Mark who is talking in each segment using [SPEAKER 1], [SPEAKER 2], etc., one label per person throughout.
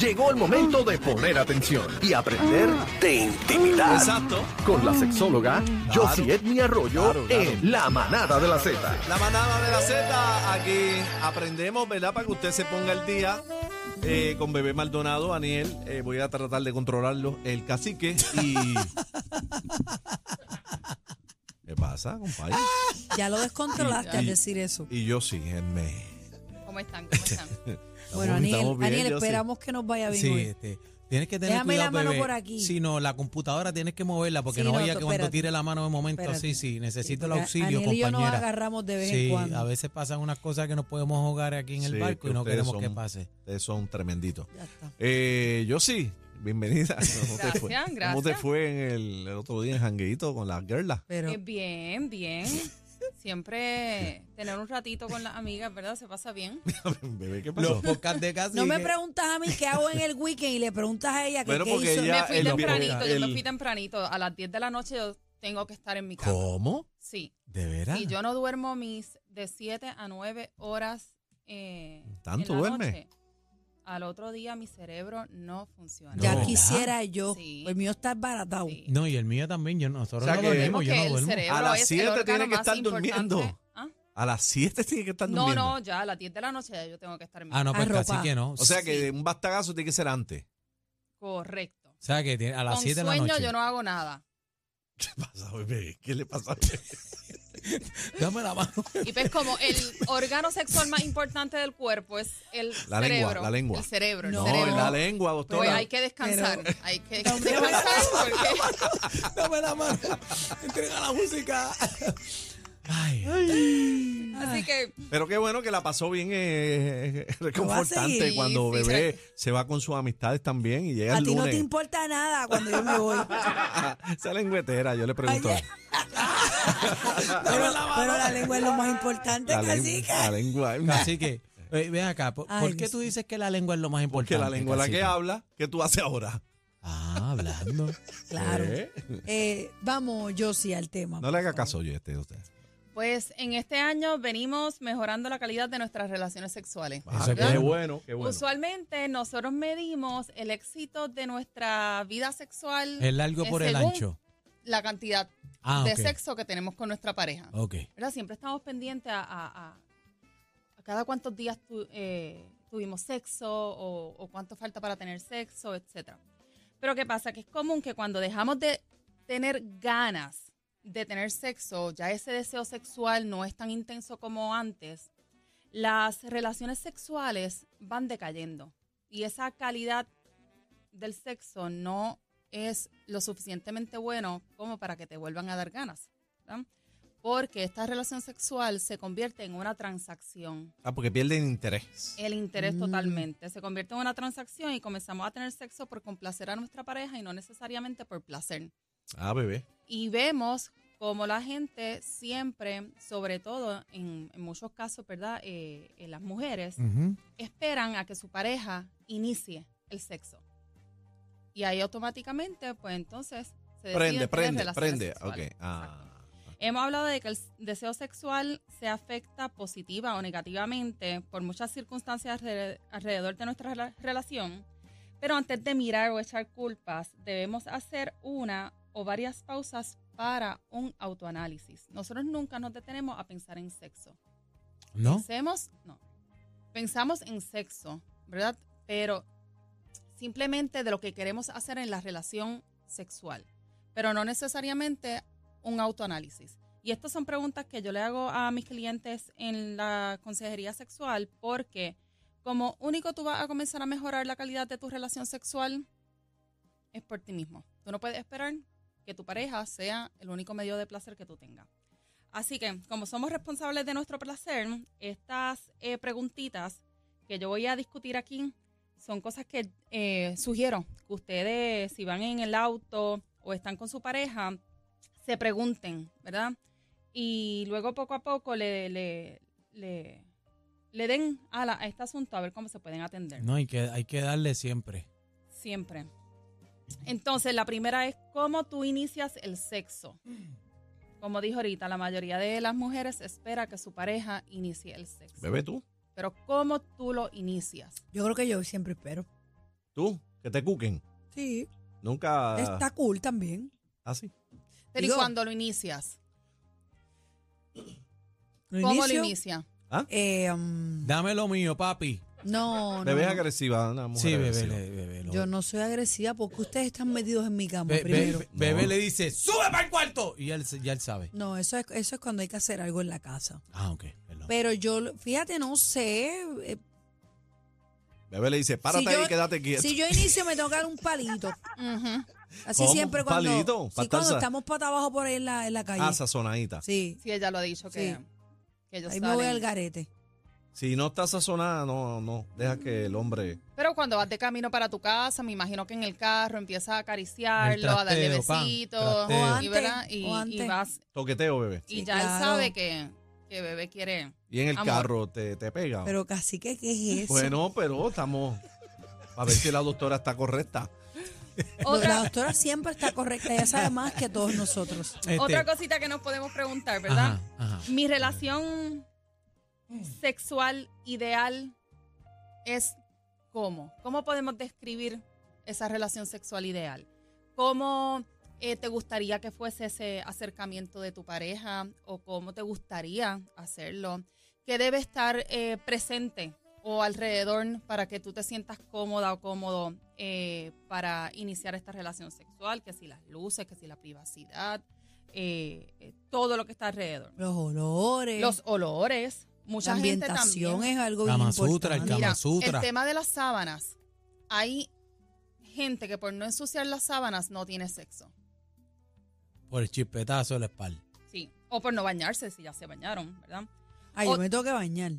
[SPEAKER 1] Llegó el momento de poner atención y aprender de intimidad.
[SPEAKER 2] Exacto.
[SPEAKER 1] Con la sexóloga Josie Edmi Arroyo
[SPEAKER 2] Claro, claro.
[SPEAKER 1] en La Manada de la Z.
[SPEAKER 2] La manada de la Z, aquí aprendemos, ¿verdad? Para que usted se ponga el día eh, con Bebé Maldonado, Aniel. eh, voy a tratar de controlarlo, el cacique y... ¿Qué pasa, compadre?
[SPEAKER 3] Ya lo descontrolaste al
[SPEAKER 2] Y-
[SPEAKER 3] decir eso.
[SPEAKER 2] Y yo sí, en me.
[SPEAKER 4] ¿Cómo están? ¿Cómo están?
[SPEAKER 3] Bueno,
[SPEAKER 2] bien,
[SPEAKER 3] Aniel,
[SPEAKER 2] estamos bien,
[SPEAKER 3] Aniel,
[SPEAKER 2] yo sí.
[SPEAKER 3] esperamos que nos vaya bien
[SPEAKER 5] Sí,
[SPEAKER 3] hoy.
[SPEAKER 5] este, tienes que tener
[SPEAKER 3] Déjame
[SPEAKER 5] cuidado,
[SPEAKER 3] la mano
[SPEAKER 5] bebé.
[SPEAKER 3] por aquí.
[SPEAKER 5] Sí, no, la computadora tienes que moverla porque
[SPEAKER 3] Sí,
[SPEAKER 5] no
[SPEAKER 3] no,
[SPEAKER 5] vaya
[SPEAKER 3] tú
[SPEAKER 5] que cuando
[SPEAKER 3] espérate.
[SPEAKER 5] tire la mano en un momento
[SPEAKER 3] Espérate.
[SPEAKER 5] así, sí, necesito el
[SPEAKER 3] porque
[SPEAKER 5] auxilio,
[SPEAKER 3] Aniel y yo nos
[SPEAKER 5] compañera.
[SPEAKER 3] agarramos de vez en
[SPEAKER 5] sí,
[SPEAKER 3] cuando.
[SPEAKER 5] a veces pasan unas cosas que no podemos jugar aquí en el
[SPEAKER 2] Sí,
[SPEAKER 5] barco
[SPEAKER 2] que
[SPEAKER 5] y no
[SPEAKER 2] ustedes
[SPEAKER 5] queremos
[SPEAKER 2] son-
[SPEAKER 5] que pase.
[SPEAKER 2] Ustedes son tremenditos.
[SPEAKER 3] Ya está.
[SPEAKER 2] Eh, yo sí, bienvenida. ¿Cómo te fue?
[SPEAKER 4] Gracias,
[SPEAKER 2] ¿Cómo te
[SPEAKER 4] gracias.
[SPEAKER 2] fue en el, el otro día en jangueito con las girlas?
[SPEAKER 3] Pero
[SPEAKER 4] Eh, bien, bien. Siempre tener un ratito con las amigas, ¿verdad? Se pasa bien.
[SPEAKER 2] Bebé, ¿qué pasó?
[SPEAKER 5] Los podcasts de casi.
[SPEAKER 3] no me preguntas a mí qué hago en el weekend y le preguntas a ella que
[SPEAKER 2] Bueno,
[SPEAKER 3] qué
[SPEAKER 2] porque
[SPEAKER 3] hizo.
[SPEAKER 2] ella-
[SPEAKER 4] me fui
[SPEAKER 2] el-
[SPEAKER 4] tempranito, yo
[SPEAKER 2] el-
[SPEAKER 4] me fui tempranito. A las 10 de la noche yo tengo que estar en mi casa.
[SPEAKER 5] ¿Cómo?
[SPEAKER 4] Sí.
[SPEAKER 5] ¿De veras?
[SPEAKER 4] Y yo no duermo mis de 7 a 9 horas eh,
[SPEAKER 2] ¿Tanto
[SPEAKER 4] en la
[SPEAKER 2] duerme?
[SPEAKER 4] noche. Al otro día mi cerebro no funciona.
[SPEAKER 3] Ya
[SPEAKER 5] No.
[SPEAKER 3] quisiera yo.
[SPEAKER 4] Sí.
[SPEAKER 3] El mío está baratado.
[SPEAKER 4] Sí.
[SPEAKER 5] No, y el mío también, yo no, nosotros
[SPEAKER 2] O sea
[SPEAKER 5] no
[SPEAKER 2] que-
[SPEAKER 5] dormimos, yo
[SPEAKER 4] Porque
[SPEAKER 5] no
[SPEAKER 4] el
[SPEAKER 5] duermo.
[SPEAKER 4] cerebro
[SPEAKER 2] A las
[SPEAKER 4] es el
[SPEAKER 2] 7 tiene
[SPEAKER 4] órgano
[SPEAKER 2] que
[SPEAKER 4] más
[SPEAKER 2] estar
[SPEAKER 4] importante.
[SPEAKER 2] durmiendo.
[SPEAKER 4] ¿Ah?
[SPEAKER 2] A las 7 tiene que estar
[SPEAKER 4] No,
[SPEAKER 2] durmiendo.
[SPEAKER 4] no, ya a las 10 de la noche ya yo tengo que estar en mi
[SPEAKER 5] Ah, no, pues
[SPEAKER 3] Arropa.
[SPEAKER 5] casi que no.
[SPEAKER 2] O sea que de un bastagazo tiene que ser antes.
[SPEAKER 4] Correcto.
[SPEAKER 5] O sea que tiene- a las
[SPEAKER 4] Con
[SPEAKER 5] 7 de la
[SPEAKER 4] sueño
[SPEAKER 5] noche.
[SPEAKER 4] yo no hago nada.
[SPEAKER 2] ¿Qué pasa, bebé? ¿Qué le pasa?
[SPEAKER 5] Dame la mano.
[SPEAKER 4] Y pues como el órgano sexual más importante del cuerpo es el
[SPEAKER 2] La lengua,
[SPEAKER 4] cerebro.
[SPEAKER 2] la lengua.
[SPEAKER 4] El cerebro,
[SPEAKER 3] No,
[SPEAKER 4] el cerebro.
[SPEAKER 2] No, la lengua, doctora.
[SPEAKER 4] Pues hay que descansar. Hay que
[SPEAKER 3] Pero-
[SPEAKER 4] descansar porque
[SPEAKER 5] Dame la mano. Entrega la música. Ay.
[SPEAKER 4] así que
[SPEAKER 2] Pero qué bueno que la pasó bien. eh, Es reconfortante
[SPEAKER 3] seguir,
[SPEAKER 2] cuando
[SPEAKER 4] sí,
[SPEAKER 2] bebé se va con sus amistades también y llega
[SPEAKER 3] A
[SPEAKER 2] el
[SPEAKER 3] ti no te
[SPEAKER 2] lunes.
[SPEAKER 3] importa nada cuando yo me voy.
[SPEAKER 2] Esa lengüetera, yo le pregunto.
[SPEAKER 3] pero, pero la lengua es lo más importante,
[SPEAKER 2] La,
[SPEAKER 3] así
[SPEAKER 2] lengua, la
[SPEAKER 3] que.
[SPEAKER 2] lengua.
[SPEAKER 5] Así que, eh, ven acá, ¿por,
[SPEAKER 3] Ay,
[SPEAKER 5] por qué
[SPEAKER 3] Dios
[SPEAKER 5] tú dices que la lengua es lo más importante?
[SPEAKER 2] Porque la lengua es la que
[SPEAKER 5] cacique?
[SPEAKER 2] habla, ¿qué tú haces ahora?
[SPEAKER 5] Ah, hablando.
[SPEAKER 3] Claro.
[SPEAKER 2] ¿Eh?
[SPEAKER 3] Eh, vamos, yo sí al tema.
[SPEAKER 2] No le haga
[SPEAKER 3] por favor.
[SPEAKER 2] caso yo este usted.
[SPEAKER 4] pues en este año venimos mejorando la calidad de nuestras relaciones sexuales.
[SPEAKER 5] Ah,
[SPEAKER 2] qué
[SPEAKER 5] qué
[SPEAKER 4] ¿verdad?
[SPEAKER 2] bueno, qué bueno.
[SPEAKER 4] Usualmente nosotros medimos el éxito de nuestra vida sexual
[SPEAKER 5] El largo por el
[SPEAKER 4] Según-
[SPEAKER 5] ancho.
[SPEAKER 4] la cantidad
[SPEAKER 5] Ah,
[SPEAKER 4] de
[SPEAKER 5] ok.
[SPEAKER 4] sexo que tenemos con nuestra pareja.
[SPEAKER 5] Ok.
[SPEAKER 4] ¿verdad? Siempre estamos pendientes a, a- a- a cada cuántos días tu- eh, tuvimos sexo o, o cuánto falta para tener sexo, etcétera. Pero ¿qué pasa? Que es común que cuando dejamos de tener ganas de tener sexo, ya ese deseo sexual no es tan intenso como antes, las relaciones sexuales van decayendo y esa calidad del sexo no es lo suficientemente bueno como para que te vuelvan a dar ganas. ¿verdad? porque esta relación sexual se convierte en una transacción.
[SPEAKER 2] Ah, porque pierden interés.
[SPEAKER 4] El interés
[SPEAKER 3] Mm.
[SPEAKER 4] totalmente se convierte en una transacción y comenzamos a tener sexo por complacer a nuestra pareja y no necesariamente por placer.
[SPEAKER 2] Ah, bebé.
[SPEAKER 4] Y vemos como la gente siempre, sobre todo en, en muchos casos, ¿verdad? Eh, eh, las mujeres
[SPEAKER 2] Mm.
[SPEAKER 5] Ujú.
[SPEAKER 4] esperan a que su pareja inicie el sexo. Y ahí automáticamente, pues entonces se deciden
[SPEAKER 2] Prende,
[SPEAKER 4] tener
[SPEAKER 2] prende,
[SPEAKER 4] relaciones
[SPEAKER 2] prende.
[SPEAKER 4] sexuales.
[SPEAKER 2] Ok. Ah.
[SPEAKER 4] Hemos hablado de que el s- deseo sexual se afecta positiva o negativamente por muchas circunstancias alre- alrededor de nuestra rela- relación, pero antes de mirar o echar culpas, debemos hacer una o varias pausas para un autoanálisis. Nosotros nunca nos detenemos a pensar en sexo.
[SPEAKER 5] ¿No?
[SPEAKER 4] Pensemos, no. Pensamos en sexo, ¿verdad? Pero simplemente de lo que queremos hacer en la relación sexual, pero no necesariamente un autoanálisis. Y estas son preguntas que yo le hago a mis clientes en la consejería sexual porque como único tú vas a comenzar a mejorar la calidad de tu relación sexual es por ti mismo. Tú no puedes esperar que tu pareja sea el único medio de placer que tú tengas. Así que, como somos responsables de nuestro placer, estas eh, preguntitas que yo voy a discutir aquí son cosas que eh, sugiero que ustedes, si van en el auto o están con su pareja, se pregunten, ¿verdad? Y luego poco a poco le, le, le, le den ala a este asunto a ver cómo se pueden atender.
[SPEAKER 5] No, hay que, hay que darle siempre.
[SPEAKER 4] Siempre. Entonces, la primera es cómo tú inicias el sexo. Como dije ahorita, la mayoría de las mujeres espera que su pareja inicie el sexo.
[SPEAKER 2] Bebé tú.
[SPEAKER 4] Pero cómo tú lo inicias.
[SPEAKER 3] Yo creo que yo siempre espero.
[SPEAKER 2] Tú, que te cuquen.
[SPEAKER 3] Sí,
[SPEAKER 2] Nunca.
[SPEAKER 3] está cool también.
[SPEAKER 2] Así.
[SPEAKER 4] Pero ¿y
[SPEAKER 3] Digo-
[SPEAKER 4] cuando lo inicias?
[SPEAKER 3] Lo
[SPEAKER 4] ¿Cómo lo
[SPEAKER 3] inicio,
[SPEAKER 4] inicia?
[SPEAKER 3] eh, um,
[SPEAKER 5] Dame lo mío, papi.
[SPEAKER 3] no,
[SPEAKER 2] Bebé es
[SPEAKER 3] no,
[SPEAKER 2] agresiva, una mujer.
[SPEAKER 5] Sí, bebé,
[SPEAKER 2] agresiva.
[SPEAKER 5] le- bebé. lo-
[SPEAKER 3] yo no soy agresiva porque ustedes están metidos en mi cama
[SPEAKER 5] Be- be-
[SPEAKER 3] primero.
[SPEAKER 5] be- bebé
[SPEAKER 2] No.
[SPEAKER 5] le dice, sube para el cuarto. Y él, se- ya él sabe.
[SPEAKER 3] No, eso es, eso es cuando hay que hacer algo en la casa.
[SPEAKER 5] Ah, ok. perdón.
[SPEAKER 3] Pero yo, fíjate, no sé. eh,
[SPEAKER 2] Bebé le dice, párate
[SPEAKER 3] si yo-
[SPEAKER 2] ahí y quédate quieto.
[SPEAKER 3] Si yo inicio me tengo que dar un palito.
[SPEAKER 4] Ujú.
[SPEAKER 3] Así
[SPEAKER 2] ¿Cómo?
[SPEAKER 3] siempre
[SPEAKER 2] ¿Un
[SPEAKER 3] cuando,
[SPEAKER 2] palito?
[SPEAKER 3] sí,
[SPEAKER 2] ¿Para
[SPEAKER 3] cuando
[SPEAKER 2] estar-
[SPEAKER 3] estamos pata abajo por ahí en la, en la calle.
[SPEAKER 2] Ah, sazonadita.
[SPEAKER 3] sí,
[SPEAKER 4] Sí, ella lo ha dicho que,
[SPEAKER 3] Sí.
[SPEAKER 4] que ellos
[SPEAKER 3] ahí me voy
[SPEAKER 4] salen.
[SPEAKER 3] al garete.
[SPEAKER 2] Si no está sazonada, no, no. Deja que el hombre.
[SPEAKER 4] Pero cuando vas de camino para tu casa, me imagino que en el carro empiezas a acariciarlo,
[SPEAKER 5] El
[SPEAKER 4] a darle
[SPEAKER 5] trasteo, pan,
[SPEAKER 4] besitos.
[SPEAKER 5] trasteo.
[SPEAKER 4] y,
[SPEAKER 3] O
[SPEAKER 4] ¿verdad?
[SPEAKER 3] antes,
[SPEAKER 4] Y,
[SPEAKER 3] o
[SPEAKER 4] y
[SPEAKER 3] antes.
[SPEAKER 4] vas.
[SPEAKER 2] Toqueteo, bebé.
[SPEAKER 4] Y
[SPEAKER 3] Sí,
[SPEAKER 4] ya él
[SPEAKER 3] claro.
[SPEAKER 4] sabe que, que bebé quiere.
[SPEAKER 2] Y en el
[SPEAKER 4] Amor.
[SPEAKER 2] carro te, te pega.
[SPEAKER 3] Pero casi que, ¿qué es eso?
[SPEAKER 2] bueno, pero estamos. A ver si la doctora está correcta.
[SPEAKER 3] La
[SPEAKER 4] Otra,
[SPEAKER 3] doctora siempre está correcta, ella sabe más que todos nosotros.
[SPEAKER 5] Este,
[SPEAKER 4] otra cosita que nos podemos preguntar, ¿verdad?
[SPEAKER 5] ajá, ajá.
[SPEAKER 4] Mi relación sexual ideal es cómo. ¿Cómo podemos describir esa relación sexual ideal? ¿Cómo eh, te gustaría que fuese ese acercamiento de tu pareja o cómo te gustaría hacerlo? ¿Qué debe estar eh, presente o alrededor para que tú te sientas cómoda o cómodo eh, para iniciar esta relación sexual? Que si las luces, que si la privacidad, eh, eh, todo lo que está alrededor.
[SPEAKER 3] Los olores,
[SPEAKER 4] Los olores.
[SPEAKER 3] la
[SPEAKER 4] Mucha gente
[SPEAKER 3] ambientación es
[SPEAKER 4] también.
[SPEAKER 3] algo bien
[SPEAKER 5] Kama Sutra, el
[SPEAKER 3] importante.
[SPEAKER 5] Kama
[SPEAKER 4] Mira,
[SPEAKER 5] Sutra.
[SPEAKER 4] el tema de las sábanas. Hay gente que por no ensuciar las sábanas no tiene sexo.
[SPEAKER 5] Por el chispetazo de la espalda.
[SPEAKER 4] Sí. O por no bañarse, si ya se bañaron, ¿verdad?
[SPEAKER 3] Ay, yo
[SPEAKER 4] o-
[SPEAKER 3] me tengo que bañar.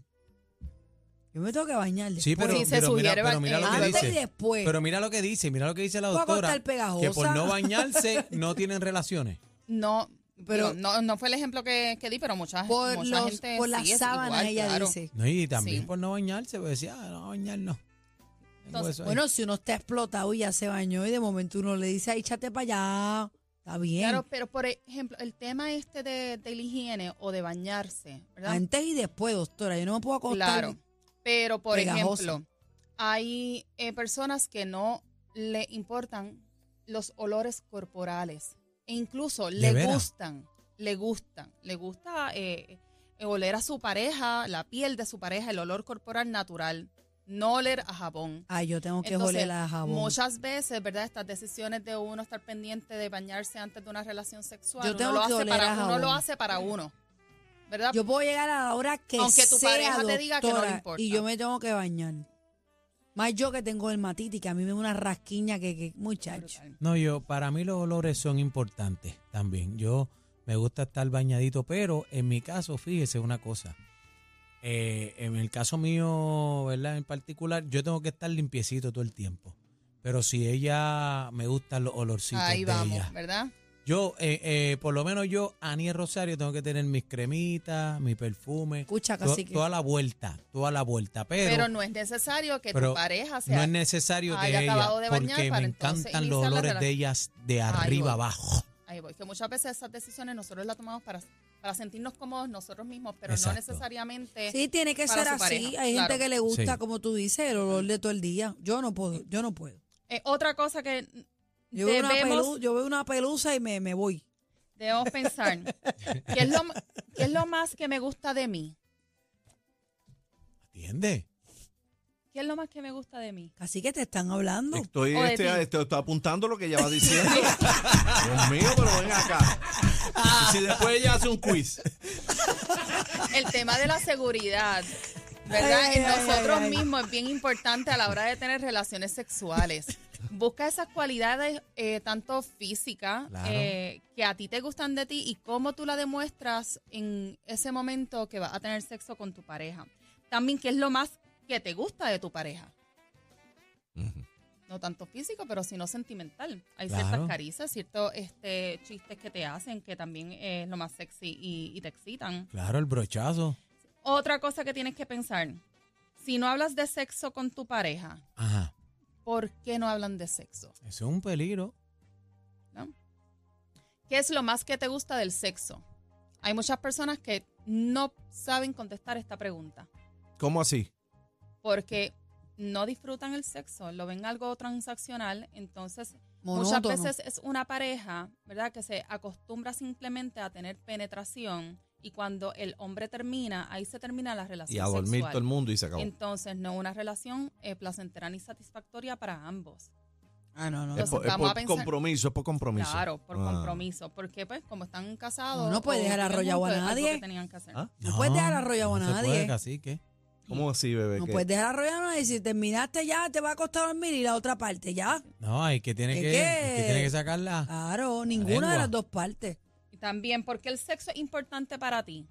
[SPEAKER 3] Yo me tengo que bañar.
[SPEAKER 5] Sí,
[SPEAKER 3] después.
[SPEAKER 5] pero,
[SPEAKER 4] Si se
[SPEAKER 5] pero mira,
[SPEAKER 4] sugiere Ah,
[SPEAKER 5] pero mira lo que
[SPEAKER 4] bacterias.
[SPEAKER 3] Antes y
[SPEAKER 5] dice.
[SPEAKER 3] después.
[SPEAKER 5] Pero mira lo que dice, mira lo que dice la
[SPEAKER 3] Voy a
[SPEAKER 5] doctora.
[SPEAKER 3] cortar pegajosa.
[SPEAKER 5] Que por no bañarse no tienen relaciones.
[SPEAKER 4] No,
[SPEAKER 3] Pero-
[SPEAKER 4] pero no, no fue el ejemplo que, que di, pero mucha,
[SPEAKER 3] por,
[SPEAKER 4] mucha
[SPEAKER 3] los-
[SPEAKER 4] gente.
[SPEAKER 3] por
[SPEAKER 4] sí
[SPEAKER 3] las
[SPEAKER 4] es
[SPEAKER 3] sábanas,
[SPEAKER 4] igual,
[SPEAKER 3] ella
[SPEAKER 4] claro.
[SPEAKER 3] dice.
[SPEAKER 5] No, y también
[SPEAKER 4] Sí.
[SPEAKER 5] por no bañarse, pues decía, ah, no, bañarnos.
[SPEAKER 4] Entonces,
[SPEAKER 3] Bueno, si uno está explotado y ya se bañó y de momento uno le dice, ay, échate para allá, está bien.
[SPEAKER 4] Claro, pero por ejemplo, el tema este de, de la higiene o de bañarse, ¿verdad?
[SPEAKER 3] Antes y después, doctora, yo no me puedo acostar.
[SPEAKER 4] Claro. Pero, por
[SPEAKER 3] pegajosa.
[SPEAKER 4] ejemplo, hay eh, personas que no le importan los olores corporales. E incluso le
[SPEAKER 5] veras?
[SPEAKER 4] gustan, le gustan, le gusta eh, eh, oler a su pareja, la piel de su pareja, el olor corporal natural, no oler a jabón.
[SPEAKER 3] Ay, yo tengo que
[SPEAKER 4] Entonces,
[SPEAKER 3] oler a jabón.
[SPEAKER 4] Muchas veces, ¿verdad? Estas decisiones de uno estar pendiente de bañarse antes de una relación sexual,
[SPEAKER 3] Yo tengo
[SPEAKER 4] uno, lo
[SPEAKER 3] que
[SPEAKER 4] hace
[SPEAKER 3] oler
[SPEAKER 4] para,
[SPEAKER 3] a
[SPEAKER 4] uno lo
[SPEAKER 3] jabón.
[SPEAKER 4] hace para uno, ¿verdad?
[SPEAKER 3] Yo puedo llegar a la hora que
[SPEAKER 4] Aunque tu
[SPEAKER 3] sea,
[SPEAKER 4] pareja te diga que no le
[SPEAKER 3] doctora,
[SPEAKER 4] importa.
[SPEAKER 3] Y yo me tengo que bañar. Más yo que tengo dermatitis, que a mí me da una rasquiña que, que muchacho.
[SPEAKER 4] Brutal.
[SPEAKER 5] No, yo, para mí los olores son importantes también. Yo me gusta estar bañadito, pero en mi caso, fíjese una cosa. Eh, en el caso mío, ¿verdad? En particular, yo tengo que estar limpiecito todo el tiempo. Pero si ella me gustan los olorcitos
[SPEAKER 4] Ahí
[SPEAKER 5] de
[SPEAKER 4] vamos,
[SPEAKER 5] ella.
[SPEAKER 4] ¿verdad?
[SPEAKER 5] Yo, eh, eh, por lo menos yo, Aniel Rosario, tengo que tener mis cremitas, mi perfume,
[SPEAKER 3] Escucha,
[SPEAKER 5] to-
[SPEAKER 3] cacique.
[SPEAKER 5] toda la vuelta, toda la vuelta. Pero,
[SPEAKER 4] Pero, no es necesario que
[SPEAKER 5] pero
[SPEAKER 4] tu pareja sea.
[SPEAKER 5] no es necesario de
[SPEAKER 4] haya
[SPEAKER 5] ella,
[SPEAKER 4] acabado de bañar
[SPEAKER 5] porque me
[SPEAKER 4] para entonces
[SPEAKER 5] encantan los
[SPEAKER 4] iniciar la
[SPEAKER 5] olores de
[SPEAKER 4] relación.
[SPEAKER 5] ellas de
[SPEAKER 4] Ahí
[SPEAKER 5] arriba
[SPEAKER 4] voy.
[SPEAKER 5] abajo.
[SPEAKER 4] Ahí voy, que muchas veces esas decisiones nosotros las tomamos para, para sentirnos cómodos nosotros mismos, pero no
[SPEAKER 5] Exacto.
[SPEAKER 4] necesariamente.
[SPEAKER 3] Sí, tiene que
[SPEAKER 4] Para
[SPEAKER 3] ser
[SPEAKER 4] su
[SPEAKER 3] así.
[SPEAKER 4] pareja,
[SPEAKER 3] Hay
[SPEAKER 4] claro.
[SPEAKER 3] gente que le gusta,
[SPEAKER 5] Sí.
[SPEAKER 3] como tú dices, el olor de todo el día. Yo no puedo, yo no puedo.
[SPEAKER 4] Eh, otra cosa que
[SPEAKER 3] Yo veo, una pelu-
[SPEAKER 4] debemos,
[SPEAKER 3] yo veo una pelusa y me, me voy.
[SPEAKER 4] debemos pensar: ¿qué es, lo, qué es lo más que me gusta de mí?
[SPEAKER 5] ¿Entiendes?
[SPEAKER 4] ¿Qué es lo más que me gusta de mí?
[SPEAKER 3] Así que te están hablando.
[SPEAKER 2] Estoy,
[SPEAKER 4] O de
[SPEAKER 2] este,
[SPEAKER 4] ti.
[SPEAKER 2] este, estoy apuntando lo que ella va diciendo. Dios mío, pero ven acá.
[SPEAKER 4] Ah.
[SPEAKER 2] Y si después ella hace un quiz.
[SPEAKER 4] El tema de la seguridad. ¿Verdad?
[SPEAKER 3] Ay, ay,
[SPEAKER 4] en
[SPEAKER 3] ay,
[SPEAKER 4] nosotros
[SPEAKER 3] ay, ay.
[SPEAKER 4] mismos es bien importante a la hora de tener relaciones sexuales. Busca esas cualidades eh, tanto físicas
[SPEAKER 5] Claro.
[SPEAKER 4] eh, que a ti te gustan de ti y cómo tú la demuestras en ese momento que vas a tener sexo con tu pareja. También qué es lo más que te gusta de tu pareja. No tanto físico, pero sino sentimental. Hay
[SPEAKER 5] Claro.
[SPEAKER 4] ciertas caricias, ciertos este, chistes que te hacen que también es lo más sexy y- y te excitan.
[SPEAKER 5] Claro, el brochazo.
[SPEAKER 4] Otra cosa que tienes que pensar. Si no hablas de sexo con tu pareja,
[SPEAKER 5] Ajá.
[SPEAKER 4] ¿por qué no hablan de sexo?
[SPEAKER 5] Eso es un peligro.
[SPEAKER 4] ¿Qué es lo más que te gusta del sexo? Hay muchas personas que no saben contestar esta pregunta
[SPEAKER 2] ¿Cómo así?
[SPEAKER 4] porque no disfrutan el sexo, lo ven algo transaccional, entonces
[SPEAKER 3] Monótono.
[SPEAKER 4] muchas veces es una pareja, ¿verdad? Que se acostumbra simplemente a tener penetración y cuando el hombre termina, ahí se termina la relación.
[SPEAKER 2] Y a dormir
[SPEAKER 4] sexual.
[SPEAKER 2] todo el mundo y se acabó.
[SPEAKER 4] Entonces, no una relación eh, placentera ni satisfactoria para ambos.
[SPEAKER 3] Ah, no, no.
[SPEAKER 2] es
[SPEAKER 4] entonces
[SPEAKER 2] por, es
[SPEAKER 4] vamos
[SPEAKER 2] por
[SPEAKER 4] a pensar-
[SPEAKER 2] compromiso, es por compromiso.
[SPEAKER 4] Claro, por
[SPEAKER 2] Ah.
[SPEAKER 4] compromiso. Porque, pues, como están casados.
[SPEAKER 3] No puede
[SPEAKER 4] o
[SPEAKER 3] dejar
[SPEAKER 4] viven
[SPEAKER 3] arrollado a
[SPEAKER 4] juntos, es algo
[SPEAKER 3] nadie.
[SPEAKER 4] que tenían que hacer.
[SPEAKER 2] ¿Ah?
[SPEAKER 3] No puedes dejar arrollado a
[SPEAKER 5] no se
[SPEAKER 3] nadie.
[SPEAKER 5] puede, cacique.
[SPEAKER 2] ¿Cómo así, bebé?
[SPEAKER 3] No
[SPEAKER 2] ¿Qué?
[SPEAKER 3] puedes dejar arrollar a nadie. Si terminaste ya, te va a costar dormir y la otra parte, ya.
[SPEAKER 5] No, hay que tiene
[SPEAKER 3] ¿Qué,
[SPEAKER 5] que,
[SPEAKER 3] qué?
[SPEAKER 5] el que tiene que sacarla.
[SPEAKER 3] Claro, ninguna
[SPEAKER 5] lengua.
[SPEAKER 3] de las dos partes.
[SPEAKER 4] Y también, ¿por qué el sexo es importante para ti?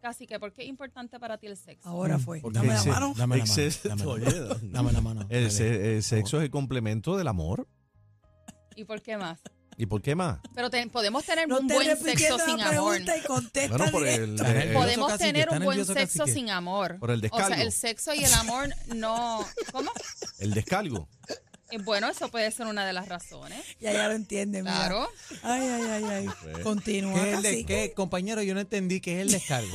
[SPEAKER 4] Casi que, ¿por qué es importante para ti el sexo?
[SPEAKER 3] Ahora fue.
[SPEAKER 2] Porque
[SPEAKER 5] Mm. Dame la
[SPEAKER 2] ese-
[SPEAKER 5] mano. Dame la mano.
[SPEAKER 2] ese-
[SPEAKER 5] Dame la
[SPEAKER 2] Oye,
[SPEAKER 5] mano. Dame la mano.
[SPEAKER 2] El,
[SPEAKER 5] Dale.
[SPEAKER 2] se- el sexo es el complemento del amor.
[SPEAKER 4] ¿Y por qué más?
[SPEAKER 2] ¿Y por qué más?
[SPEAKER 4] Pero te- podemos tener
[SPEAKER 3] No
[SPEAKER 4] un
[SPEAKER 3] te
[SPEAKER 4] buen
[SPEAKER 3] repitiendo
[SPEAKER 4] sexo
[SPEAKER 3] la
[SPEAKER 4] sin amor.
[SPEAKER 3] pregunta y contesta
[SPEAKER 2] Bueno, por
[SPEAKER 3] directo.
[SPEAKER 2] el,
[SPEAKER 5] Está nervioso,
[SPEAKER 2] el-
[SPEAKER 4] Podemos
[SPEAKER 5] cacique,
[SPEAKER 4] tener
[SPEAKER 5] está
[SPEAKER 4] un buen
[SPEAKER 5] nervioso,
[SPEAKER 4] sexo
[SPEAKER 5] cacique.
[SPEAKER 4] sin amor.
[SPEAKER 2] Por el
[SPEAKER 4] o sea,
[SPEAKER 2] descargo.
[SPEAKER 4] el sexo y el amor no. ¿Cómo?
[SPEAKER 2] el descargo.
[SPEAKER 4] Eh, Bueno, eso puede ser una de las razones.
[SPEAKER 3] Ya, ya lo entienden. Eh, mira.
[SPEAKER 4] Claro.
[SPEAKER 3] Ay, ay, ay, ay. Continúa.
[SPEAKER 5] ¿Qué es el de-
[SPEAKER 3] cacique.
[SPEAKER 5] qué, compañero? Yo no entendí qué es el descargo.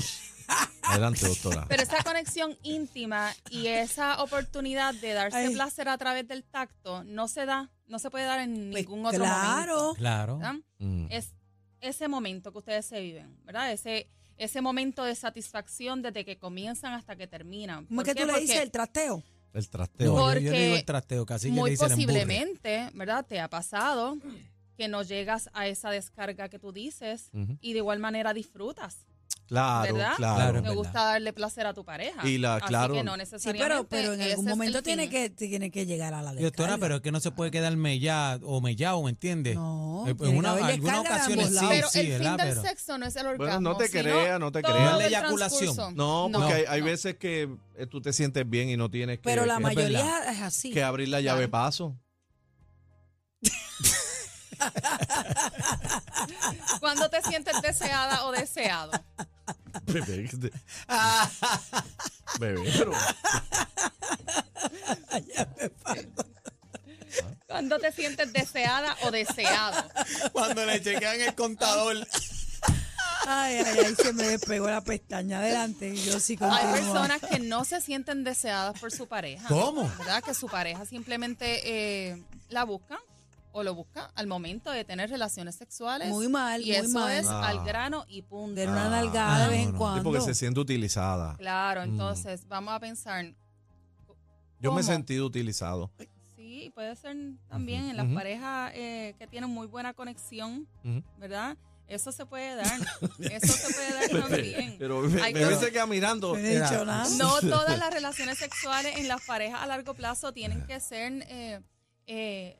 [SPEAKER 2] Adelante, doctora.
[SPEAKER 4] Pero esa conexión íntima y esa oportunidad de darse
[SPEAKER 3] Ay.
[SPEAKER 4] placer a través del tacto no se da, no se puede dar en
[SPEAKER 3] Pues,
[SPEAKER 4] ningún otro
[SPEAKER 3] claro.
[SPEAKER 4] momento.
[SPEAKER 5] Claro.
[SPEAKER 4] ¿verdad?
[SPEAKER 2] Mm.
[SPEAKER 4] Es ese momento que ustedes se viven, ¿verdad? Ese, ese momento de satisfacción desde que comienzan hasta que terminan.
[SPEAKER 3] ¿Cómo es
[SPEAKER 4] ¿Por
[SPEAKER 3] que tú
[SPEAKER 4] qué?
[SPEAKER 3] le dices
[SPEAKER 4] Porque
[SPEAKER 3] el trasteo?
[SPEAKER 2] El
[SPEAKER 5] No,
[SPEAKER 2] trasteo.
[SPEAKER 5] yo- yo, le
[SPEAKER 4] Porque
[SPEAKER 5] digo el trasteo, casi que le
[SPEAKER 4] muy
[SPEAKER 5] dice el emburre.
[SPEAKER 4] posiblemente, ¿verdad? Te ha pasado que no llegas a esa descarga que tú dices
[SPEAKER 2] Ujú.
[SPEAKER 4] y de igual manera disfrutas.
[SPEAKER 2] Claro,
[SPEAKER 4] ¿Verdad?
[SPEAKER 2] claro.
[SPEAKER 5] Es
[SPEAKER 4] Me
[SPEAKER 5] verdad.
[SPEAKER 4] gusta darle placer a tu pareja.
[SPEAKER 2] Y la-
[SPEAKER 4] Así
[SPEAKER 2] claro.
[SPEAKER 4] que no
[SPEAKER 3] Sí,
[SPEAKER 4] necesariamente
[SPEAKER 3] pero, pero en
[SPEAKER 4] ese
[SPEAKER 3] algún
[SPEAKER 4] es el
[SPEAKER 3] momento tiene
[SPEAKER 4] fin.
[SPEAKER 3] que, tiene que llegar a la descarga.
[SPEAKER 5] Doctora, pero es que no se puede quedar mellado o mellado, ¿me entiendes?
[SPEAKER 3] No,
[SPEAKER 5] Eh,
[SPEAKER 3] tiene
[SPEAKER 5] En
[SPEAKER 3] que
[SPEAKER 5] una,
[SPEAKER 3] haber
[SPEAKER 5] algunas
[SPEAKER 3] descarga de
[SPEAKER 5] ocasiones
[SPEAKER 3] ambos
[SPEAKER 5] sí,
[SPEAKER 3] lados.
[SPEAKER 4] pero
[SPEAKER 5] sí,
[SPEAKER 4] el fin
[SPEAKER 5] ¿verdad?
[SPEAKER 4] del
[SPEAKER 5] Pero-
[SPEAKER 4] sexo no es el orgasmo.
[SPEAKER 2] Bueno, no te
[SPEAKER 4] sino
[SPEAKER 2] creas, no te
[SPEAKER 4] todo
[SPEAKER 2] creas.
[SPEAKER 5] No es la
[SPEAKER 4] el
[SPEAKER 5] eyaculación.
[SPEAKER 4] transcurso.
[SPEAKER 2] No, porque hay, hay
[SPEAKER 4] no.
[SPEAKER 2] veces que eh, tú te sientes bien y no tienes que,
[SPEAKER 3] Pero la
[SPEAKER 2] que-
[SPEAKER 3] mayoría es así.
[SPEAKER 2] que abrir la llave
[SPEAKER 4] Claro.
[SPEAKER 2] paso.
[SPEAKER 4] Cuando te sientes deseada o deseado.
[SPEAKER 2] Bebé, que te- Bebé, pero
[SPEAKER 4] Cuando te sientes deseada o deseado.
[SPEAKER 5] Cuando le chequean el contador.
[SPEAKER 3] Ay, ay, ay, se me despegó la pestaña adelante. y Yo sí
[SPEAKER 4] Hay
[SPEAKER 3] continúo.
[SPEAKER 4] personas que no se sienten deseadas por su pareja.
[SPEAKER 5] ¿Cómo?
[SPEAKER 4] ¿Verdad? Que su pareja simplemente eh, la busca o lo busca al momento de tener relaciones sexuales.
[SPEAKER 3] Muy mal,
[SPEAKER 4] y
[SPEAKER 3] muy
[SPEAKER 4] eso
[SPEAKER 3] mal.
[SPEAKER 4] es
[SPEAKER 2] Ah.
[SPEAKER 4] al grano y punto.
[SPEAKER 3] De una
[SPEAKER 2] Ah,
[SPEAKER 3] nalgada de vez en
[SPEAKER 5] no, no.
[SPEAKER 2] es
[SPEAKER 3] cuando.
[SPEAKER 2] porque se siente utilizada.
[SPEAKER 4] Claro,
[SPEAKER 2] Mm.
[SPEAKER 4] entonces vamos a pensar.
[SPEAKER 2] Yo me he
[SPEAKER 4] ¿Cómo?
[SPEAKER 2] sentido utilizado.
[SPEAKER 4] Sí, puede ser también en las
[SPEAKER 2] ujú.
[SPEAKER 4] parejas eh, que tienen muy buena conexión,
[SPEAKER 2] Ujú.
[SPEAKER 4] ¿verdad? Eso se puede dar. Eso se puede
[SPEAKER 2] Pues
[SPEAKER 4] dar también.
[SPEAKER 2] Pero me,
[SPEAKER 4] Hay
[SPEAKER 2] me
[SPEAKER 4] cosas-
[SPEAKER 2] se queda mirando.
[SPEAKER 3] No he dicho
[SPEAKER 5] Era-
[SPEAKER 3] nada.
[SPEAKER 4] No todas las relaciones sexuales en las parejas a largo plazo tienen que ser eh, eh,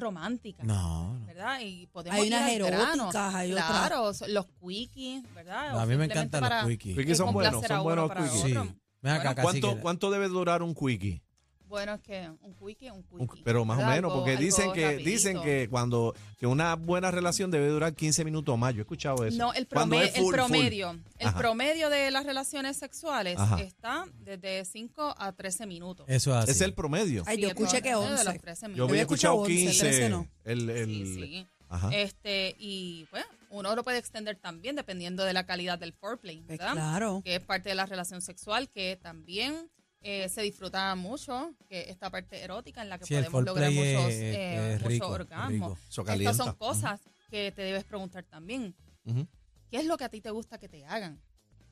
[SPEAKER 4] románticas.
[SPEAKER 5] No, no.
[SPEAKER 4] ¿Verdad? Y podemos
[SPEAKER 3] Hay
[SPEAKER 4] ir
[SPEAKER 3] unas
[SPEAKER 4] al grano.
[SPEAKER 3] eróticas, hay otras-
[SPEAKER 4] Claro, so- los quickies, ¿verdad?
[SPEAKER 5] No,
[SPEAKER 4] O
[SPEAKER 5] a mí
[SPEAKER 4] Ah,
[SPEAKER 5] me
[SPEAKER 4] simplemente
[SPEAKER 5] encantan los
[SPEAKER 4] para
[SPEAKER 5] quickies.
[SPEAKER 2] Quickies son
[SPEAKER 4] complacer
[SPEAKER 2] buenos,
[SPEAKER 4] a
[SPEAKER 2] son
[SPEAKER 4] uno
[SPEAKER 2] buenos
[SPEAKER 4] para
[SPEAKER 2] quickies.
[SPEAKER 5] Sí.
[SPEAKER 4] otro.
[SPEAKER 5] Ven acá, cacique.
[SPEAKER 2] ¿Cuánto, ¿Cuánto debe durar un quickie?
[SPEAKER 4] Bueno, es que un quickie, un
[SPEAKER 2] Un-
[SPEAKER 4] quickie.
[SPEAKER 2] pero más o
[SPEAKER 4] ¿verdad?
[SPEAKER 2] menos,
[SPEAKER 4] Algo-
[SPEAKER 2] porque dicen
[SPEAKER 4] algo
[SPEAKER 2] que dicen
[SPEAKER 4] rapidito.
[SPEAKER 2] que cuando que una buena relación debe durar 15 minutos o más. Yo he escuchado eso.
[SPEAKER 4] No, el,
[SPEAKER 2] Cuando
[SPEAKER 4] prome-
[SPEAKER 2] es full,
[SPEAKER 4] el promedio. El
[SPEAKER 2] Ajá.
[SPEAKER 4] promedio de las relaciones sexuales
[SPEAKER 2] Ajá.
[SPEAKER 4] está desde 5 a 13 minutos.
[SPEAKER 5] Eso es
[SPEAKER 2] full.
[SPEAKER 5] así.
[SPEAKER 2] Es el promedio.
[SPEAKER 3] Ay,
[SPEAKER 4] Sí,
[SPEAKER 3] yo
[SPEAKER 4] el
[SPEAKER 3] escuché que
[SPEAKER 4] promedio de
[SPEAKER 3] 11.
[SPEAKER 4] los 13
[SPEAKER 2] Yo
[SPEAKER 4] minutos.
[SPEAKER 2] había
[SPEAKER 3] había escuchado
[SPEAKER 2] escuchado
[SPEAKER 3] 11, 13
[SPEAKER 2] 15.
[SPEAKER 3] no.
[SPEAKER 2] El, el, ¿Ah?
[SPEAKER 4] Sí, sí.
[SPEAKER 2] Ajá.
[SPEAKER 4] Este, y bueno, uno lo puede extender también dependiendo de la calidad del foreplay,
[SPEAKER 3] Pues
[SPEAKER 4] ¿verdad?
[SPEAKER 3] claro.
[SPEAKER 4] Que es parte de la relación sexual, que también eh, se disfruta mucho, que esta parte erótica en la que
[SPEAKER 5] Sí, el
[SPEAKER 4] podemos lograr
[SPEAKER 5] foreplay
[SPEAKER 4] muchos,
[SPEAKER 5] es-
[SPEAKER 4] eh,
[SPEAKER 5] es
[SPEAKER 4] muchos
[SPEAKER 5] rico,
[SPEAKER 4] orgasmos.
[SPEAKER 5] rico.
[SPEAKER 2] Eso
[SPEAKER 4] Estas
[SPEAKER 2] calienta.
[SPEAKER 4] son cosas que te debes preguntar también.
[SPEAKER 2] Ujú.
[SPEAKER 4] ¿Qué es lo que a ti te gusta que te hagan?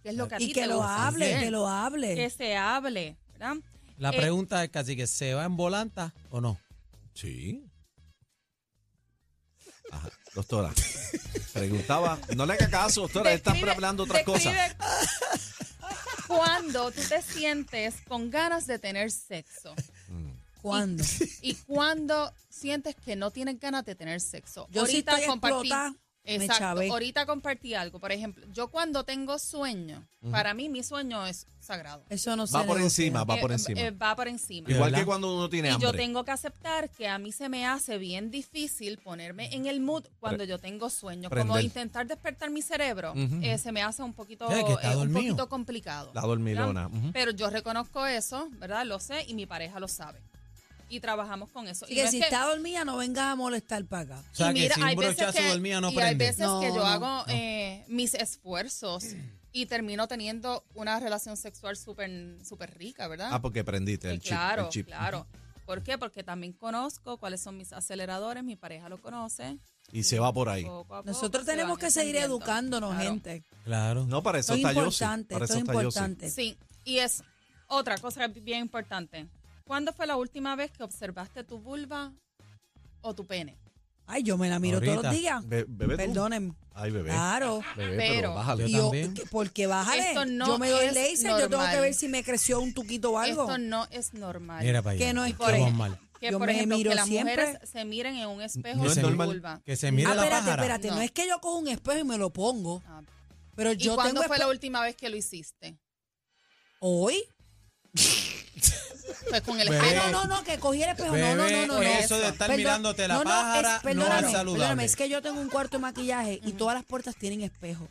[SPEAKER 4] ¿Qué es lo que a ti
[SPEAKER 3] Y que
[SPEAKER 4] te
[SPEAKER 3] lo
[SPEAKER 4] gusta
[SPEAKER 3] hable,
[SPEAKER 4] hacer?
[SPEAKER 3] que lo hable.
[SPEAKER 4] Que se hable, ¿verdad?
[SPEAKER 5] La
[SPEAKER 4] Eh,
[SPEAKER 5] pregunta es, cacique, ¿se va en volanta o no?
[SPEAKER 2] Sí. Ajá. Doctora, preguntaba. No le haga caso, doctora. Estás
[SPEAKER 4] Describe-
[SPEAKER 2] hablando otras cosas.
[SPEAKER 4] describe Cuando tú te sientes con ganas de tener sexo
[SPEAKER 2] Mm.
[SPEAKER 3] ¿Cuándo?
[SPEAKER 4] y cuando sientes que no tienes ganas de tener sexo.
[SPEAKER 3] Yo sí estoy explotada, me
[SPEAKER 4] Exacto,
[SPEAKER 3] chavé.
[SPEAKER 4] ahorita compartí algo. Por ejemplo, yo cuando tengo sueño, para mí mi sueño es sagrado.
[SPEAKER 3] Eso no se
[SPEAKER 2] Va por
[SPEAKER 3] negocia.
[SPEAKER 2] encima, va
[SPEAKER 4] Eh,
[SPEAKER 2] por
[SPEAKER 4] eh,
[SPEAKER 2] encima.
[SPEAKER 4] eh, va por encima.
[SPEAKER 5] ¿De
[SPEAKER 2] Igual
[SPEAKER 5] verdad?
[SPEAKER 2] que cuando uno tiene
[SPEAKER 4] Y yo
[SPEAKER 2] hambre.
[SPEAKER 4] tengo que aceptar que a mí se me hace bien difícil ponerme en el mood cuando yo tengo sueño. Como
[SPEAKER 2] prender.
[SPEAKER 4] intentar despertar mi cerebro
[SPEAKER 2] Ujú.
[SPEAKER 4] eh, se me hace un poquito,
[SPEAKER 5] Ya, que está
[SPEAKER 4] eh, un
[SPEAKER 5] dormido.
[SPEAKER 4] poquito complicado.
[SPEAKER 2] La dormilona.
[SPEAKER 4] ¿verdad?
[SPEAKER 2] ujú.
[SPEAKER 4] Pero yo reconozco eso, ¿verdad? Lo sé y mi pareja lo sabe. Y trabajamos con eso.
[SPEAKER 3] Así
[SPEAKER 4] y no
[SPEAKER 3] que
[SPEAKER 4] es
[SPEAKER 3] si
[SPEAKER 4] que-
[SPEAKER 3] está dormida, no vengas a molestar para acá.
[SPEAKER 5] O sea,
[SPEAKER 4] y mira,
[SPEAKER 5] que si un
[SPEAKER 4] hay veces
[SPEAKER 5] brochazo
[SPEAKER 4] que-
[SPEAKER 5] dormía no
[SPEAKER 4] y hay
[SPEAKER 5] prende.
[SPEAKER 4] veces que
[SPEAKER 3] No,
[SPEAKER 4] yo
[SPEAKER 3] no,
[SPEAKER 4] hago eh, mis esfuerzos y termino teniendo una relación sexual súper super rica, ¿verdad?
[SPEAKER 2] Ah, porque prendiste
[SPEAKER 4] Sí,
[SPEAKER 2] el chip.
[SPEAKER 4] Eh, claro,
[SPEAKER 2] el chip.
[SPEAKER 4] claro. ¿Por qué? Porque también conozco cuáles son mis aceleradores, mi pareja lo conoce.
[SPEAKER 2] Y se va por ahí.
[SPEAKER 4] Poco a poco
[SPEAKER 3] Nosotros
[SPEAKER 4] se
[SPEAKER 3] tenemos
[SPEAKER 4] van
[SPEAKER 3] que seguir
[SPEAKER 4] entendiendo.
[SPEAKER 3] educándonos,
[SPEAKER 4] Claro.
[SPEAKER 3] gente.
[SPEAKER 5] Claro.
[SPEAKER 2] No, para eso
[SPEAKER 3] Esto es
[SPEAKER 2] está Yossi.
[SPEAKER 3] importante,
[SPEAKER 2] Para
[SPEAKER 3] esto
[SPEAKER 2] eso
[SPEAKER 3] es
[SPEAKER 2] está Yossi.
[SPEAKER 3] importante.
[SPEAKER 4] Sí, y es otra cosa bien importante. ¿Cuándo fue la última vez que observaste tu vulva o tu pene?
[SPEAKER 3] Ay, yo me la miro todos
[SPEAKER 5] Ahorita.
[SPEAKER 3] los días.
[SPEAKER 2] Be- bebé, tú.
[SPEAKER 3] Perdonen.
[SPEAKER 2] Ay, bebé.
[SPEAKER 5] Ah,
[SPEAKER 3] Claro.
[SPEAKER 2] Bebé, pero
[SPEAKER 4] Pero-
[SPEAKER 2] bájale.
[SPEAKER 5] Yo
[SPEAKER 3] Yo-
[SPEAKER 5] también.
[SPEAKER 3] que- porque bájale.
[SPEAKER 4] Esto no
[SPEAKER 3] yo me doy
[SPEAKER 4] es
[SPEAKER 3] laser, yo tengo que
[SPEAKER 4] normal.
[SPEAKER 3] ver si me creció un tuquito o algo.
[SPEAKER 4] Esto no es normal.
[SPEAKER 5] Mira para allá.
[SPEAKER 3] que no es
[SPEAKER 5] Qué
[SPEAKER 4] por ejemplo.
[SPEAKER 5] vamos mal.
[SPEAKER 4] que
[SPEAKER 3] yo
[SPEAKER 4] por
[SPEAKER 3] me
[SPEAKER 4] ejemplo,
[SPEAKER 3] miro
[SPEAKER 4] que las
[SPEAKER 3] siempre.
[SPEAKER 4] mujeres se miren en un espejo
[SPEAKER 2] No
[SPEAKER 5] Que
[SPEAKER 2] es
[SPEAKER 4] su
[SPEAKER 5] se
[SPEAKER 2] normal.
[SPEAKER 4] vulva.
[SPEAKER 5] Que se mire
[SPEAKER 3] ah,
[SPEAKER 5] la
[SPEAKER 3] espérate,
[SPEAKER 5] pájara.
[SPEAKER 3] espérate. No.
[SPEAKER 4] No.
[SPEAKER 3] es que yo cojo un espejo y me lo pongo.
[SPEAKER 4] Ah.
[SPEAKER 3] Pero
[SPEAKER 4] ¿Y
[SPEAKER 3] yo
[SPEAKER 4] cuándo
[SPEAKER 3] tengo.
[SPEAKER 4] fue la
[SPEAKER 3] espe-
[SPEAKER 4] última vez que lo hiciste?
[SPEAKER 3] ¿Hoy?
[SPEAKER 4] Fue con el
[SPEAKER 5] Bebé.
[SPEAKER 3] Ah,
[SPEAKER 4] espejo.
[SPEAKER 3] no, no, no, que cogiera el espejo. no, no,
[SPEAKER 5] Bebé,
[SPEAKER 3] no, no, no.
[SPEAKER 5] eso de estar mirándote la pájara no es
[SPEAKER 3] perdóname,
[SPEAKER 5] saludable.
[SPEAKER 3] perdóname, es que yo tengo un cuarto de maquillaje y todas las puertas tienen espejo.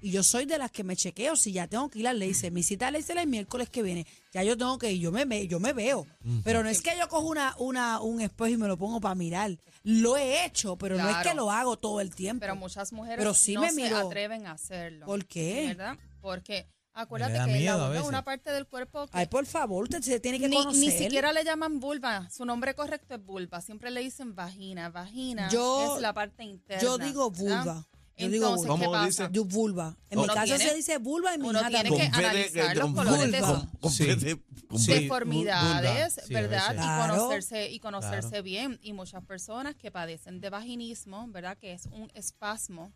[SPEAKER 3] Y yo soy de las que me chequeo. Si ya tengo que ir al laser, mi cita al laser es el miércoles que viene. Ya yo tengo que ir, yo me, ve- yo me veo. Pero no es que yo cojo una, una, un espejo y me lo pongo para mirar. Lo he hecho, pero no es que
[SPEAKER 4] Claro.
[SPEAKER 3] lo hago todo el tiempo.
[SPEAKER 4] Pero muchas mujeres
[SPEAKER 3] Pero sí
[SPEAKER 4] no
[SPEAKER 3] me
[SPEAKER 4] se
[SPEAKER 3] miro.
[SPEAKER 4] atreven a hacerlo.
[SPEAKER 3] ¿Por qué?
[SPEAKER 4] ¿Verdad? Porque acuérdate
[SPEAKER 5] da
[SPEAKER 4] que la
[SPEAKER 5] miedo a
[SPEAKER 4] vulva es
[SPEAKER 5] veces.
[SPEAKER 4] una parte del cuerpo que
[SPEAKER 3] Ay, por favor, usted se tiene que
[SPEAKER 4] ni,
[SPEAKER 3] conocer.
[SPEAKER 4] ni siquiera le llaman vulva. Su nombre correcto es vulva. Siempre le dicen vagina. Vagina
[SPEAKER 3] Yo-
[SPEAKER 4] es la parte interna.
[SPEAKER 3] yo digo
[SPEAKER 4] ¿verdad?
[SPEAKER 3] vulva. Yo digo
[SPEAKER 4] Entonces,
[SPEAKER 3] vulva.
[SPEAKER 4] ¿qué
[SPEAKER 2] ¿Cómo
[SPEAKER 4] pasa?
[SPEAKER 2] dice?
[SPEAKER 3] Yo vulva. En mi
[SPEAKER 4] Uno
[SPEAKER 3] caso
[SPEAKER 4] tiene-
[SPEAKER 3] se dice vulva y mi
[SPEAKER 4] uno
[SPEAKER 3] hija
[SPEAKER 4] tiene
[SPEAKER 3] también.
[SPEAKER 4] que analizar los
[SPEAKER 2] con-
[SPEAKER 4] colores de
[SPEAKER 2] con-
[SPEAKER 4] esa-
[SPEAKER 2] con-
[SPEAKER 5] Sí.
[SPEAKER 2] vete- con-
[SPEAKER 5] Sí.
[SPEAKER 4] deformidades,
[SPEAKER 5] vulva, sí, a
[SPEAKER 4] ¿verdad?
[SPEAKER 5] veces.
[SPEAKER 3] Claro,
[SPEAKER 4] y conocerse, y conocerse bien. Y muchas personas que padecen de vaginismo, ¿verdad? Que es un espasmo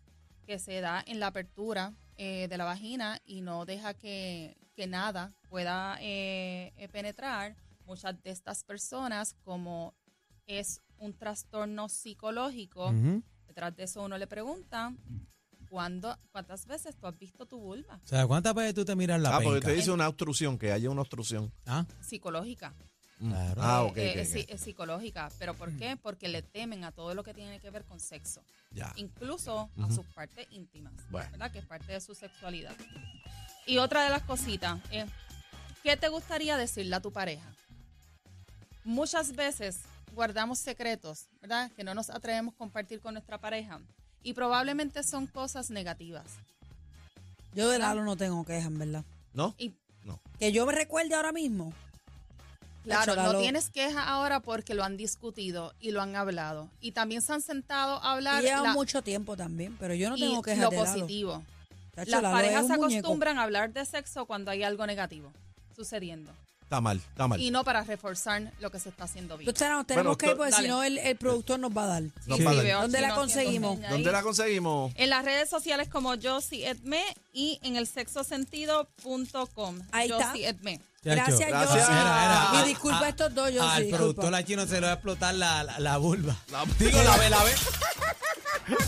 [SPEAKER 4] que se da en la apertura eh, de la vagina y no deja que, que nada pueda eh, eh, penetrar. Muchas de estas personas, como es un trastorno psicológico,
[SPEAKER 5] Ujú.
[SPEAKER 4] detrás de eso uno le pregunta, ¿cuándo, ¿cuántas veces tú has visto tu vulva?
[SPEAKER 5] O sea, ¿cuántas veces tú te miras la
[SPEAKER 2] Ah, porque
[SPEAKER 5] penca?
[SPEAKER 2] te dice una obstrucción, que haya una obstrucción.
[SPEAKER 5] Ah,
[SPEAKER 4] Psicológica.
[SPEAKER 5] claro.
[SPEAKER 2] Ah,
[SPEAKER 4] Eh,
[SPEAKER 2] ok.
[SPEAKER 4] eh,
[SPEAKER 2] ok,
[SPEAKER 4] es,
[SPEAKER 2] ok.
[SPEAKER 4] si- es psicológica. ¿Pero por qué? Porque le temen a todo lo que tiene que ver con sexo,
[SPEAKER 2] Ya.
[SPEAKER 4] incluso a
[SPEAKER 2] Ujú.
[SPEAKER 4] sus partes íntimas,
[SPEAKER 2] Bueno.
[SPEAKER 4] ¿verdad? Que es parte de su sexualidad. Y otra de las cositas es, ¿qué te gustaría decirle a tu pareja? Muchas veces guardamos secretos, ¿verdad? Que no nos atrevemos a compartir con nuestra pareja. Y probablemente son cosas negativas.
[SPEAKER 3] Yo de
[SPEAKER 4] Ah.
[SPEAKER 3] Lalo no tengo quejas, en verdad.
[SPEAKER 2] ¿No?
[SPEAKER 4] Y
[SPEAKER 2] No.
[SPEAKER 3] Que yo me recuerde ahora mismo.
[SPEAKER 4] Claro,
[SPEAKER 3] Nacho,
[SPEAKER 4] no
[SPEAKER 3] Lalo,
[SPEAKER 4] tienes queja ahora porque lo han discutido y lo han hablado. Y también se han sentado a hablar
[SPEAKER 3] Lleva
[SPEAKER 4] la-
[SPEAKER 3] mucho tiempo también, pero yo no
[SPEAKER 4] y
[SPEAKER 3] tengo quejas
[SPEAKER 4] lo
[SPEAKER 3] de Lalo.
[SPEAKER 4] positivo.
[SPEAKER 3] Chacho,
[SPEAKER 4] Las
[SPEAKER 3] Lalo es
[SPEAKER 4] parejas
[SPEAKER 3] un
[SPEAKER 4] se
[SPEAKER 3] muñeco.
[SPEAKER 4] acostumbran a hablar de sexo cuando hay algo negativo sucediendo
[SPEAKER 2] Está mal, está mal.
[SPEAKER 4] y no para reforzar lo que se está haciendo bien.
[SPEAKER 3] Entonces nos
[SPEAKER 2] Bueno,
[SPEAKER 3] tenemos que ir porque
[SPEAKER 4] dale.
[SPEAKER 3] si no el, el productor nos va a dar.
[SPEAKER 2] No,
[SPEAKER 4] Sí,
[SPEAKER 2] para-
[SPEAKER 4] sí, veo
[SPEAKER 3] ¿Dónde
[SPEAKER 4] si
[SPEAKER 3] la
[SPEAKER 4] no,
[SPEAKER 3] conseguimos?
[SPEAKER 4] siento
[SPEAKER 2] ¿Dónde
[SPEAKER 4] ahí.
[SPEAKER 2] la conseguimos?
[SPEAKER 4] En las redes sociales como Josie Edme y en el sexosentido.com.
[SPEAKER 3] Ahí está.
[SPEAKER 4] Josie Edme.
[SPEAKER 3] Gracias,
[SPEAKER 5] Chacho.
[SPEAKER 2] Gracias.
[SPEAKER 3] Yossi.
[SPEAKER 2] Era,
[SPEAKER 5] era. Ah,
[SPEAKER 3] Y disculpa a estos dos, yo
[SPEAKER 5] Al
[SPEAKER 3] sí, disculpa.
[SPEAKER 5] productor aquí no se le va a explotar la, la, la vulva.
[SPEAKER 2] La- digo, la ve, la ve.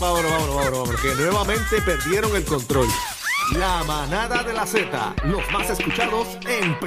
[SPEAKER 1] Vámonos, vámonos, vámonos, vámonos, que nuevamente perdieron el control. La manada de la Z, los más escuchados en P.